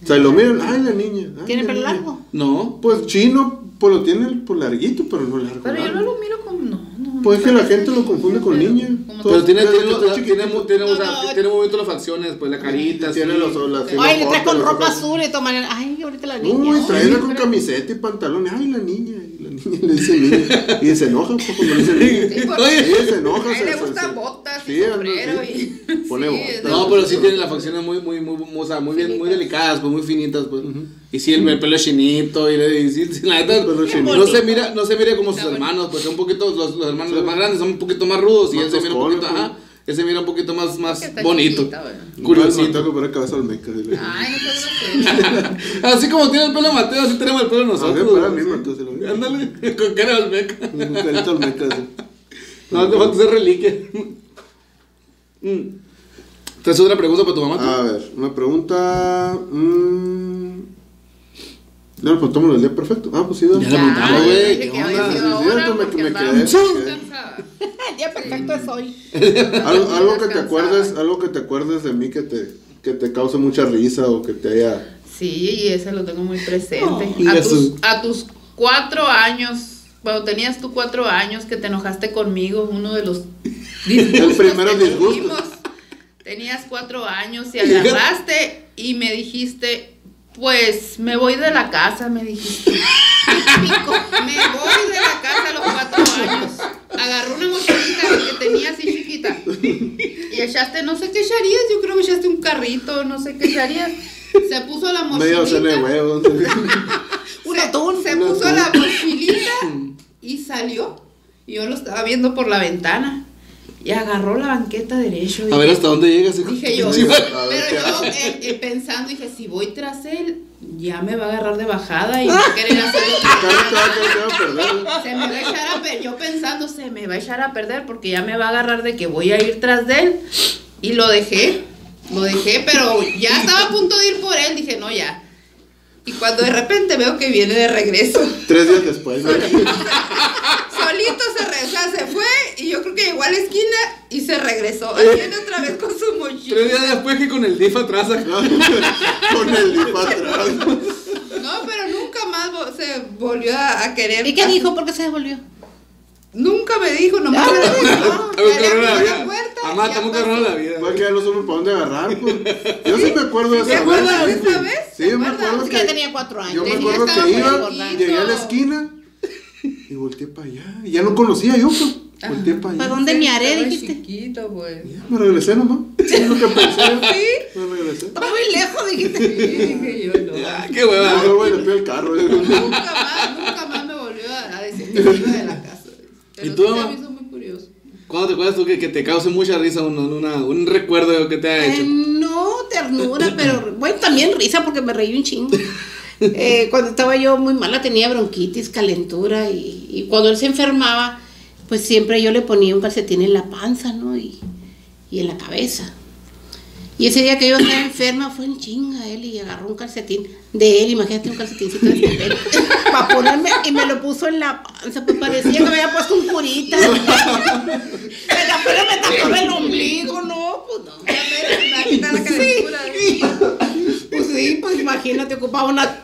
O sea, lo miran, ay, la niña. ay,
¿Tiene
la
pelo
niña".
largo?
No.
Pues chino, pues lo tiene por larguito, pero no largo.
Pero yo
largo.
no lo miro como. No, no.
Pues es que la gente lo confunde con niña.
Pero tiene, tiene,
Desde que está
tiene,
chiquito,
tiene, tiene, o sea,
No, no.
tiene movimiento las facciones, pues la carita,
Tiene
así.
los las
Ay, le trae
trae
con ropa azul y toman. Ay, ahorita la niña.
Uy, traerla con camiseta y pantalones. Ay, la niña. Y la niña le dice niña. Y se enoja un poco le dice niña.
Sí, porque-
Oye, se enoja.
A él
se-
le
se-
gustan
se-
botas y
Sí, anda
sombrero
así.
y.
Pone
sí,
botas.
de-
No, pero sí tiene las facciones muy, muy, muy, muy, o sea, muy bien, muy delicadas, pues, muy finitas, pues. Y sí, el, el pelo chinito, y, le- y sí, sí, la neta,
Pelo chinito.
no se mira, no se mira como sus
Está bonito.
hermanos, pues, son un poquito, los, los hermanos
Sí.
los más grandes son un poquito más rudos, y
Más
él se mira un
toscón,
poquito,
pues.
ajá, él se mira un poquito más, más
Está
bonito,
chiquita, bueno.
Curioso.
curiosito.
Tengo que poner cabeza al meca. dile.
Ay, no sé grosero.
así como tiene el pelo Mateo, así tenemos el pelo nosotros.
fuera
güey.
mismo, entonces, lo-
Ándale, con cara de Olmeca.
Un carito al meca. así.
No, te falta ser reliquia. Mm. ¿Te hace otra pregunta para tu mamá? tú?
A ver, una pregunta. mm, Ya lo preguntamos el día perfecto. Ah, pues sí, dale.
Ya la preguntamos,
Ay,
güey.
dije
¿qué
que había
onda?
sido
Sí,
ahora
cierto, me-
porque
me
andaba
quedé-
muy
sí.
cansada.
El día perfecto es hoy.
Algo, algo que te
Descansaba.
acuerdes, algo que te acuerdes de mí que te, que te cause mucha risa o que te haya.
Sí, y ese lo tengo muy presente.
Oh.
a,
Jesús.
tus, a tus cuatro años, cuando tenías tú cuatro años, que te enojaste conmigo, uno de los disgustos
El primero
que
disgusto.
tuvimos. Tenías cuatro años y agarraste y me dijiste, pues me voy de la casa, me dijiste. Típico, me voy de la casa a los cuatro años. Agarró una mochilita que tenía así chiquita. Y echaste, no sé qué echarías, yo creo que echaste un carrito, no sé qué echarías. Se puso la
Medio cena de
mochilita.
huevos.
Un atún. Se puso la mochilita y salió. Y yo lo estaba viendo por la ventana. Y agarró la banqueta derecho.
A ver hasta dónde llegas. hijo.
Dije yo,
Sí, bueno.
a ver,
pero
¿qué
yo eh, eh, pensando, dije, si voy tras él, ya me va a agarrar de bajada y va a querer hacer lo que
Claro, te va- te va a perder.
se me va a echar a perder. Yo pensando, se me va a echar a perder porque ya me va a agarrar de que voy a ir tras de él. Y lo dejé, lo dejé, pero ya estaba a punto de ir por él. Dije, no, ya. Y cuando de repente veo que viene de regreso,
Tres días después. ¿no?
solito se regresa, se fue. Y yo creo que llegó a la esquina y se regresó. Y viene otra vez con su
Tres
mochila.
días después que con el DIF atrás. acá.
Con el dip atrás.
No, pero nunca más vo- se volvió a, a querer.
¿Y qué dijo? Ah. ¿Por qué se devolvió?
Nunca me dijo, nomás me
A ver,
le
cabrón
abrió
la vida.
la puerta.
Amá,
y ya
estamos
pasó.
cabrón la vida.
Pues que ya no supe para dónde agarrar. pues. Yo sí me acuerdo de esa
¿Te acuerdas de
vez.
esa vez?
Sí, yo
¿Te
me
acuerdas?
acuerdo
Es
que.
que yo tenía cuatro años.
Yo me
Tenía-
acuerdo
estaba
que
muy
iba,
gordito.
llegué a la esquina y volteé para allá. Y ya no conocía yo, pues. Volteé para
¿Para
allá.
dónde me haré?
Estaba
Dijiste.
chiquito, pues.
Ya, me regresé nomás. Es lo que pensé. Me regresé.
Está muy lejos, dijiste.
Sí, dije yo, no.
Ah, qué
Ah,
hueva.
güey, le pido el carro.
Nunca más, nunca más me volvió a a decir que me iba de la casa. Pero
¿Y tú,
sí se
mamá?
me hizo muy curioso.
¿Cuándo te acuerdas tú que, que te cause mucha risa un, una- un recuerdo que te ha
Eh,
hecho?
no, ternura, pero bueno, también risa porque me reí un chingo. Eh, cuando estaba yo muy mala tenía bronquitis, calentura y, y cuando él se enfermaba, pues siempre yo le ponía un calcetín en la panza, ¿no? Y, y en la cabeza. Y ese día que yo estaba enferma fue en chinga él y agarró un calcetín de él, imagínate un calcetincito de papel, para ponerme y me lo puso en la panza, pues parecía que me había puesto un curita. Pero apenas me tapaba el ombligo, no, pues no.
Ya me imagina la calentura.
Pues sí, pues imagínate, ocupaba una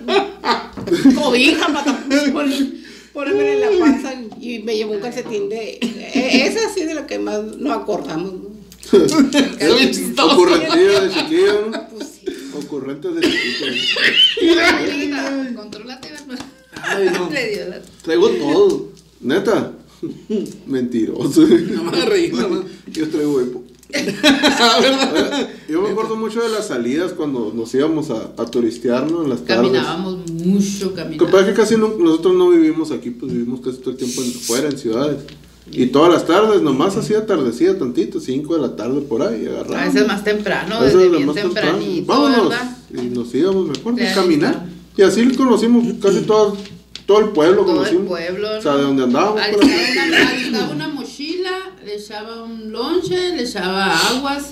cobija para poner- ponerme en la panza y me llevó un calcetín de... e- Es así de lo que más nos acordamos, ¿no?
Está bien chistoso.
Ocurrentillo de chiquillo, ¿no?
Pues sí.
Ocurrentes de chiquillo.
Contrólate, Contrólate, hermano.
Ay, no.
Le dio la.
Traigo todo.
Neta. Mentiroso.
No me voy a reír, mamá.
Yo traigo hipo.
Ah, ¿verdad?
Yo me acuerdo mucho de las salidas cuando nos íbamos a, a turistear, ¿no? En las tardes.
Caminábamos
pues. Lo
mucho,
que pasa es
caminábamos.
que casi no- nosotros no vivimos aquí, pues vivimos casi todo el tiempo en, fuera, en ciudades. Y todas las tardes, nomás así atardecía tantito, 5 de la tarde por ahí,
A
agarrábamos.
veces más temprano,
Eso
desde
es lo
bien
más temprano.
tempranito,
Vámonos.
¿verdad?
Y nos íbamos, me acuerdo,
Claro.
a caminar. Y así conocimos casi todo, todo el pueblo.
Todo el
conocimos.
pueblo.
O sea,
¿no?
de donde andábamos. pues. por acá.
Alistaba una, alistaba una mochila, le echaba un lonche, le echaba aguas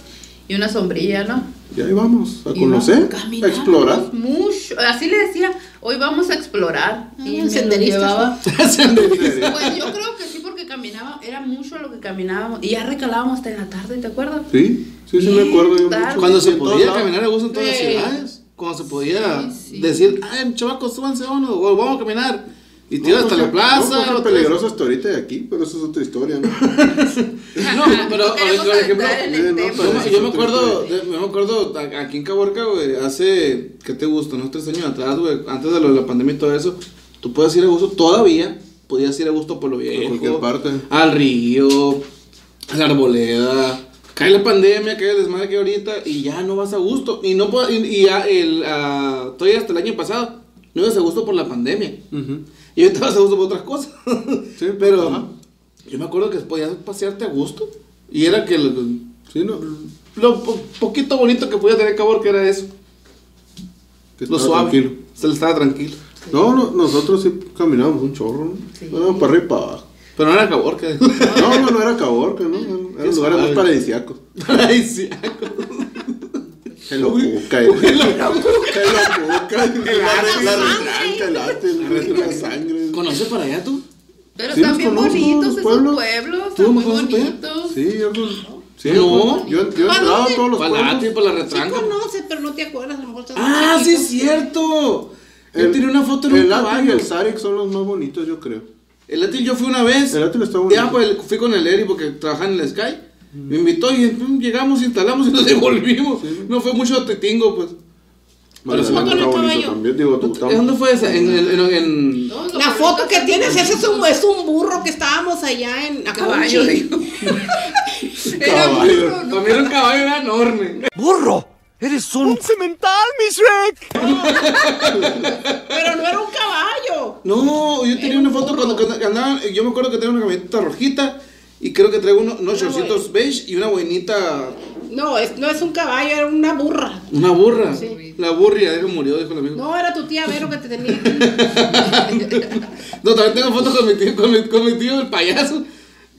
y una sombrilla, ¿no?
Y ahí vamos, a
Y
conocer,
vamos,
a
caminábamos
explorar.
Mucho. Así le decía, hoy vamos a explorar.
Ah,
Y me lo
senderistas.
llevaba.
Sí,
Pues yo creo que sí, porque caminaba, era mucho lo que caminábamos. Y ya recalábamos hasta en la tarde, ¿te acuerdas?
sí, sí, me acuerdo yo
Claro.
mucho.
Cuando se
En todos
podía
lados.
caminar a gusto en todas las
Sí.
ciudades. Cuando se podía
Sí, sí.
decir, ay, chavacos, súbanse a uno, o vamos a caminar. Y te ibas hasta la plaza.
pues, No,
otras-
peligroso hasta ahorita de aquí, pero eso es otra historia, ¿no?
No, pero
queremos
por ejemplo,
adentrar en
eh,
el
no,
tema.
pero-
Yo me, yo me acuerdo, de- yo me acuerdo a- aquí en Caborca, güey, hace, ¿qué te gusta? ¿No? Tres años atrás, güey, antes de lo de la pandemia y todo eso, tú puedes ir a gusto, todavía podías ir a gusto por lo viejo.
cualquier parte.
Al río, a la arboleda. Cae la pandemia, cae el desmadre que hay ahorita y ya no vas a gusto. Y no puedo, y, y ya el, ah, todavía hasta el año pasado, no ibas a gusto por la pandemia. Y ahorita vas a gusto por otras cosas.
Sí,
pero
ajá.
yo me acuerdo que podías pasearte a gusto. Y era que lo,
Sí, no.
lo po- poquito bonito que podía tener Cabor, que era eso.
que
Lo
estaba
suave.
tranquilo.
Se le estaba tranquilo.
No, no, nosotros sí caminábamos un chorro, ¿no? Bueno, para arriba y para abajo.
Pero no era Cabor, que
No, no, no era Caborca, ¿no? no, Eran
Qué
lugares más
suave.
paradisíacos.
paradisíaco.
El Ocuca, el El Ocuca, el arte, la retranca, el arte, el resto de la sangre.
¿Conoces para allá tú?
Pero
Sí,
están
los
bien
conozco, los
bonitos
pueblos.
esos pueblos,
¿Tú
están muy
no conoces para allá?
bonitos.
Sí, yo pues, sí,
No. Ah,
yo, yo, yo
¿Para
entraba a
dónde?
todos los
Para
pueblos.
allá, para la
Sí
retranca.
conoces, pero no te acuerdas, a lo mejor estás muy
Ah, sí
chiquito.
es cierto. Él
El-
tenía una foto en un
El Ate y
caballo.
el Zarek son los más bonitos, yo creo.
El Atil yo fui una vez.
El Ate está bonito.
Ya, pues fui con el Eri porque trabajaba en el Sky. Me invitó y mm, llegamos, instalamos y nos devolvimos. No fue mucho tetingo, pues.
Vale, el
Pero
Ate
foto en
está
el
bonito
caballo.
también. Digo, tú,
¿En dónde fue esa? En, en, en- en-
Todos los
La
pueblitos
foto que
están
tienes,
bonitos.
ese es un, es un burro que estábamos allá en
Caballo,
Aconchi.
digo.
Eh,
Era
Caballo.
burro, ¿no?
Para mí era un caballo era enorme.
¡Burro! ¡Eres un cemental, mi Shrek!
Pero no era un caballo.
No, yo tenía una foto cuando, cuando andaban. Yo me acuerdo que tenía una camioneta rojita. Y creo que traigo uno- unos shortcitos beige y una buenita.
No, es, no es un caballo, era una burra.
Una burra. La burria, deja murió, dijo el amigo.
No, era tu tía Vero que te tenía aquí.
No, también tengo fotos con mi tío, con mi, con mi tío el payaso.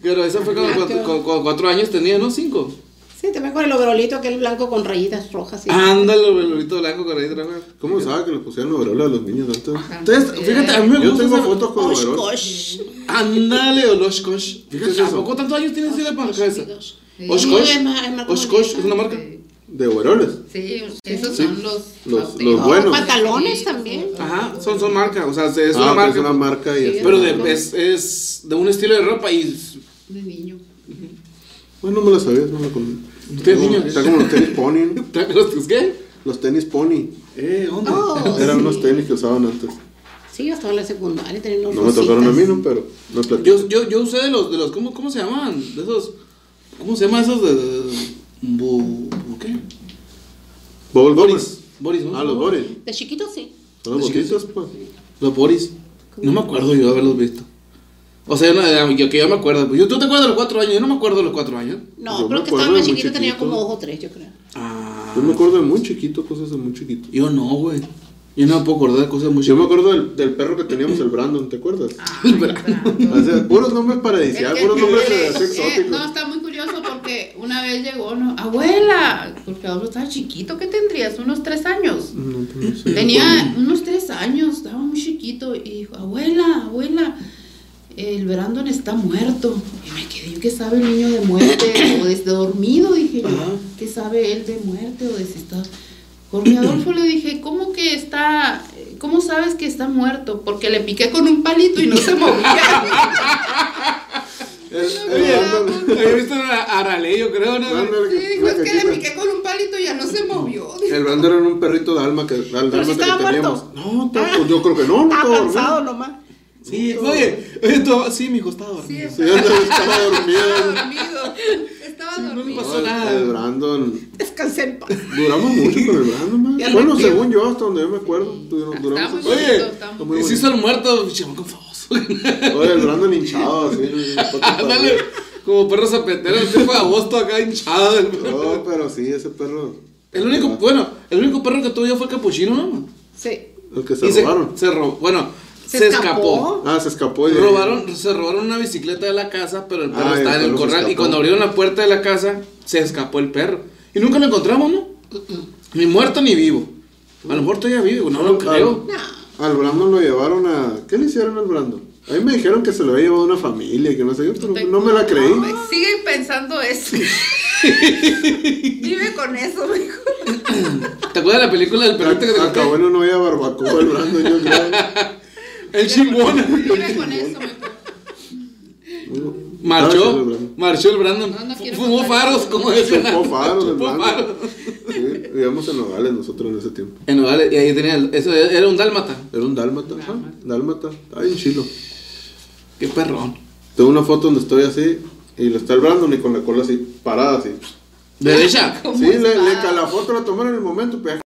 Pero esa fue cuando, cuando- cuando- cuando cuatro años tenía, ¿no? Cinco.
Sí, te me acuerdas el overolito aquel blanco con rayitas rojas. y-
Ándale, el velorito blanco con ahí trabaja.
¿Cómo sabe que le pusieron overoles a los niños antes?
Entonces, fíjate, a mí me
Yo
gusta
tengo
esa
fotos con
Osh,
overoles.
cosh.
Ándale, Oloshkosh.
¿Qué es
Fíjate, ¿a
eso?
poco tantos años tienes la panca esa?
Sí.
Oshkosh.
Sí, es ma- es marca
Oshkosh
mundial.
es una marca.
De overoles.
Sí, esos son los.
Los-
auténticos.
los buenos.
Pantalones también.
Ajá, son, son marcas. O sea, se- es
Ah,
una
que
marca.
es una marca y este,
Sí,
es-
Pero de, es, es de un estilo de ropa y.
De niño.
Bueno, no me lo sabía, no me lo con...
Usted es niño.
Está como los tenis pony, ¿no?
¿Los tus qué?
Los tenis pony.
Eh, ¿dónde?
Oh,
Eran
sí.
unos tenis que usaban antes.
Sí, yo estaba en la secundaria teniendo
No me tocaron a mí, ¿no? Pero me platico.
Yo, yo, yo usé de los, de los ¿cómo, ¿cómo se llaman? De esos, ¿cómo se llaman esos de, de- de- bu- bu- ¿qué?
Bubble
Boris.
Boris.
Boris, ¿no?
Ah, los Boris.
De chiquito sí.
Son los
Los
botitos, pues.
Los Boris. No me acuerdo yo de haberlos visto. O sea, yo, no- yo- que yo me acuerdo. Pues, yo- ¿Tú te acuerdas de los cuatro años? Yo no me acuerdo de los cuatro años.
No,
Yo
pero
me
que
acuerdo
estaba más
de muy
chiquito, tenía
chiquito.
como dos o tres, yo creo.
Ah,
Yo me acuerdo de muy chiquito, cosas de muy chiquito.
yo no, güey. Yo no me puedo acordar de cosas muy
Yo me
chiquitas.
acuerdo del, del perro que teníamos, el Brandon, ¿te acuerdas?
Brandon.
O sea, puros nombres paradisíacos, puros nombres
Eh,
así
eh,
exóticos.
no, está muy curioso porque una vez llegó, no, abuela, porque Adolfo estaba chiquito, ¿qué tendrías? Unos tres años.
No, no sé.
Tenía unos tres años, estaba muy chiquito y dijo, abuela, abuela, el Brandon está muerto. Y me quedé, yo, ¿qué sabe el niño de muerte o de, de dormido? Dije yo,
Ajá.
¿qué sabe él de muerte o de si está... Jorge Adolfo le dije, ¿cómo que está, cómo sabes que está muerto? Porque le piqué con un palito y no se movía.
El, el
Oye,
Brandon.
Había visto a Araley, yo creo, ¿no?
Brandon,
Sí, dijo,
la
es que le
cajita.
piqué con un palito y ya no se movió.
El Brandon era un perrito de alma que, al
Pero si
dálmata que
estaba
teníamos.
muerto.
No, to- pues yo creo que no, no
Estaba
estaba
cansado nomás.
Sí, oye, oye, tú, sí, mi hijo estaba
Sí,
dormido.
dormido. Sí,
estaba
estaba dormido.
dormido. Estaba
me
dormido.
pasó
El- El Brandon.
Descansé en paz.
Duramos mucho con el Brandon, man.
Ya
Bueno,
retiro.
según yo, hasta donde yo me acuerdo, dur-
Está muy
duramos.
bonito,
Oye,
está muy
muy
Se
bonito.
hizo el muerto, chamaco famoso.
Oye, el Brandon hinchado, así. patas para
Ándale,
arriba.
como perro zapatero, el 5 de agosto acá hinchado. El,
No, pero sí, ese perro. Ah,
el único, bueno, el único perro que tuve yo fue el capuchino, ¿no?
Sí.
El que
Y
se robaron.
Se, robó, bueno, se,
Se
escapó.
escapó.
Ah, se escapó. y-
Robaron, se robaron una bicicleta de la casa, pero el perro
Ah, el
estaba en el
perro se
corral. Y
escapó.
cuando abrieron la puerta de la casa, se escapó el perro. Y nunca lo encontramos, ¿no? Ni muerto ni vivo. A lo mejor todavía vive, no lo
Ah,
creo.
No.
Al Brandon lo llevaron a. ¿Qué le hicieron al Brandon? A mí me dijeron que se lo había llevado una familia, que no sé yo, pero
te-
no me la creí.
Siguen pensando eso. Vive con eso, mijo.
Ah,
¿Te acuerdas de la película del perrito que te
Acabó en una olla barbacoa el Brandon, yo creo.
El chimbón.
Vive con eso, mejor.
Ah, sí,
Marchó,
el Brandon.
marchó el Brandon.
No, no quiero
Fumó
contar.
faros, como decía.
Chupó faros, el
Chupó
Brandon.
faros.
Sí, vivíamos en Nogales nosotros en ese tiempo.
En Nogales, y ahí tenía, el- eso era un dálmata.
Era un dálmata, ajá, dálmata, ay, un chilo.
Qué perrón.
Tengo una foto donde estoy así y lo está el Brandon y con la cola así, parada así.
Derecha.
Sí, le, le ca- la foto la tomaron en el momento, pero ya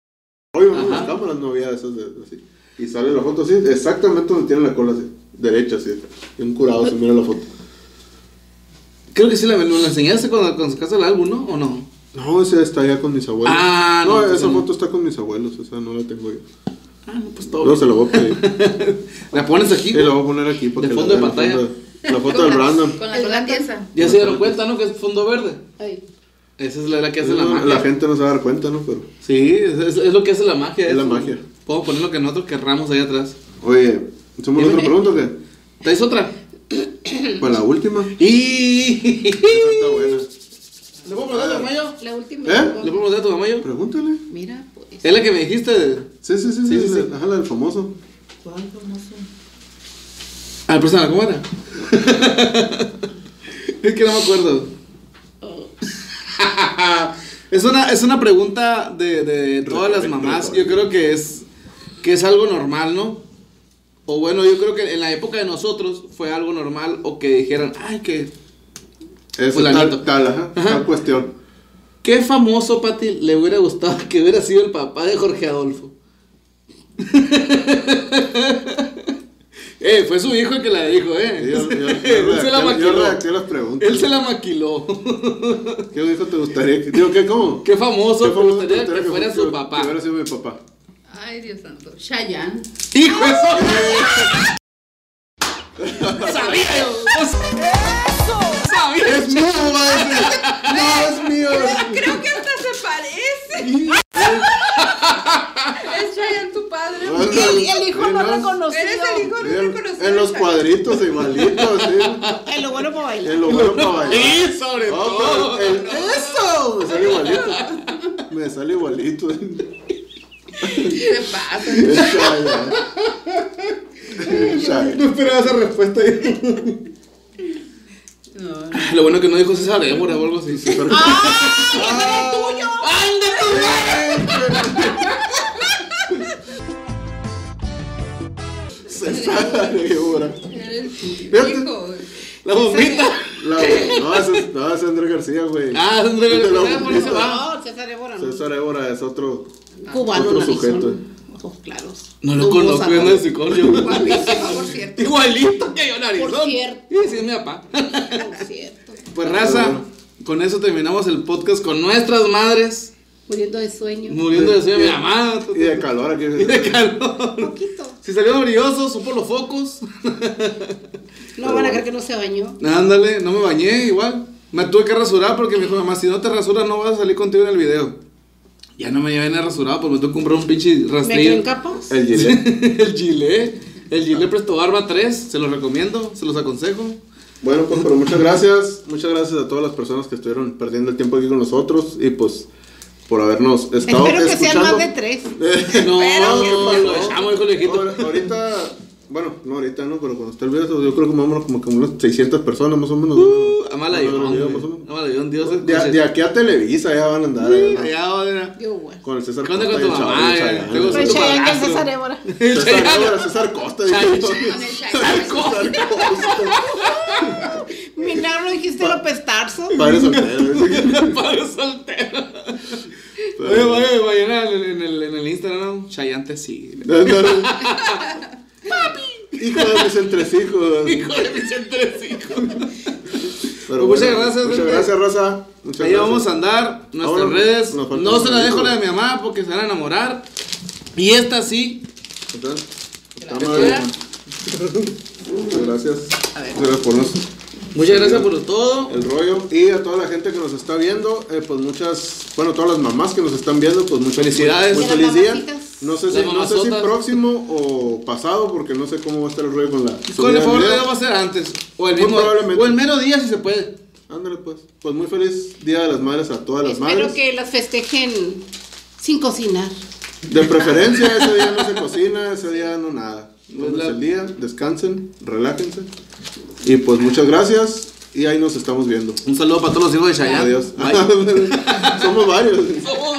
rollo, ¿no?
Ajá.
las cámaras no había de esas de- así. Y sale la foto así, exactamente donde tiene la cola así, derecha así. Y un curado se mira la foto.
Creo que sí la, nos la enseñaste cuando, cuando sacaste el álbum, ¿no? ¿O no?
No, esa está allá con mis abuelos.
Ah, no,
no.
entonces
esa
no.
foto está con mis abuelos, esa no la tengo yo.
Ah, no, pues todo.
No, se la voy a pedir.
La pones aquí.
Y la voy a poner aquí. para
De
que la
fondo de
vean, la
pantalla.
foto de- La foto del Brandon.
Con la cola tiesa.
Ya se dieron cuenta, ¿no? Que es fondo verde.
Ay,
Esa es la, la que hace la
No,
magia.
La gente no se va a dar cuenta, ¿no? Pero,
Sí, es, es- es lo que hace la magia.
Es la
eso.
magia.
Podemos poner lo que nosotros querramos ahí atrás.
oye, ¿somos otra pregunta o qué?
¿Traes otra?
Para la última. Esa
Y...
Está buena.
¿Le puedo preguntar a tu tamaño?
la última.
¿Eh?
¿Le puedo preguntar a tu tamaño?
Pregúntale.
Mira, pues.
Es la que me dijiste.
Sí, sí, sí,
Sí,
sí.
sí,
sí,
sí.
Ajá, la del famoso.
Ah, persona, ¿cómo era? es que no me acuerdo. es, una, es una pregunta de, de todas las mamás. Yo creo que es, que es algo normal, ¿no? O bueno, yo creo que en la época de nosotros fue algo normal o que dijeran, ay, que...
Esa
Fulanito.
tal, tal, ajá.
Ajá.
Tal cuestión.
¿Qué famoso, Pati, le hubiera gustado que hubiera sido el papá de Jorge Adolfo? eh, fue su hijo el que la dijo, eh.
Yo, yo, yo
Él se
redacté,
la
yo
maquiló.
redacté las preguntas.
Él se la maquiló.
¿Qué hijo te gustaría? que- Digo, ¿qué? ¿Cómo?
Qué famoso,
¿Qué
te
famoso te
gustaría
gustaría
que fuera
fu-
su
que-
papá.
Que hubiera sido mi papá.
Ay, Dios santo. Shayan.
¡Hijo de su- ¡Sabía yo! ¡Sabía!
¡Es mío, maestro! ¡No, es mío!
Ah, Creo que hasta se parece. es Shayan tu padre.
Y el hijo no
Eres el hijo no reconocido.
Ah, En los cuadritos, igualitos, sí.
Ay, lo bueno para bailar.
En lo bueno para bailar.
¡Sí, sobre
No,
todo!
pero el- ¡Eso! Me sale igualito. Me sale igualito.
¿Qué pasa?
Chaya.
No esperaba esa respuesta.
No.
Lo bueno que no dijo César Évora o algo así. Ah,
Se sale ahora.
Eres tu
Fíjate.
hijo.
La bombita.
La, no, ese es, no, ese es Andrés García, güey.
Ah, es Andrés
Te lo-
García, por eso va.
No, Oh, César Évora no.
César Évora es otro.
Cubano,
Otro
narizón,
sujeto.
Ojos claros.
No lo
Dudosa,
conozco,
¿no?
es de psicólogo.
Guapísimo, por cierto.
Igualito que yo, narizón.
Por cierto.
Y así es mi papá.
Por cierto.
Pues raza, con eso terminamos el podcast con nuestras madres.
Muriendo de sueño.
Mm.
Muriendo de sueño, mi mamá.
Y de calor aquí.
Y de calor.
poquito.
Si salió brilloso, supo los focos.
No van a creer que no se bañó.
Ándale, no me bañé igual. Me tuve que rasurar porque me dijo mamá, si no te rasuras no vas a salir contigo en el video. Ya no me llevé ni rasurado porque me tuve que comprar un pinche
Me quedé en
rastrillo.
capas.
El Gillette.
el gilet. El gilet Presto Barba 3. Se los recomiendo, se los aconsejo.
Bueno, pues, pero muchas gracias. Muchas gracias a todas las personas que estuvieron perdiendo el tiempo aquí con nosotros y pues por habernos estado
Espero que sean
escuchando.
más de tres.
No,
Pero que
no,
pasó.
lo dejamos, hijo
Ahora-
lejito.
Ahorita, bueno, no ahorita no, pero cuando esté el video, yo creo que más o menos como que unas 600 personas más o menos.
Uh, amala
Más o menos,
Dios.
más o menos.
Amala Dios, Dios.
De, a- de
escuche.
aquí a Televisa ya van a andar. eh, ¿no?
Allá, ahora.
Yo, bueno.
Con el César
¿Qué onda
Costa y
con tu
el Chava-
mamá,
y el
eh?
Chayanne.
Tengo
Pero el
tu
Chayanne que es
padrastro.
César Évora.
César Costa, César Costa. digo.
Con el Shayan.
Milagro dijiste López Tarso.
Padre soltero. ¿eh? dice.
Padre soltero. Oye, oye, mañana en el, en el, en el Instagram, ¿no? Chayante sí.
No, no, no. Hijo de mis entresijos.
Hijo de mis tres hijos.
Pero
Pues muchas gracias,
Muchas
gente.
gracias, raza. Muchas
Ahí
gracias.
vamos a andar, nuestras
Ahora,
redes.
nos falta
No
un
se la dejo
poquito.
la de mi mamá porque se van a enamorar. Y esta sí.
Entonces, cámara, Muchas gracias. Muchas gracias por nos-
Muchas gracias por todo.
el rollo. Y a toda la gente que nos está viendo, eh, pues muchas, bueno, todas las mamás que nos están viendo, pues muchas
Felicidades.
Muy,
Y a las
feliz día.
mamacitas.
No sé, si,
Las
no sé si
mamazotas.
próximo o pasado, porque no sé cómo va a estar el rollo con la.
Con
subida
el
del
favor de
video.
Dios va a ser antes. O el
Muy
mismo.
probablemente.
O el mero día si se puede.
Ándale, pues. Pues muy feliz Día de las Madres a todas las
Espero
madres.
que las festejen sin cocinar.
De preferencia, ese día no se cocina, ese día no nada. Pues el día, descansen, relájense. Y pues muchas gracias. Y ahí nos estamos viendo.
Un saludo para todos los hijos de Chayanne.
Adiós. Somos varios.
Somos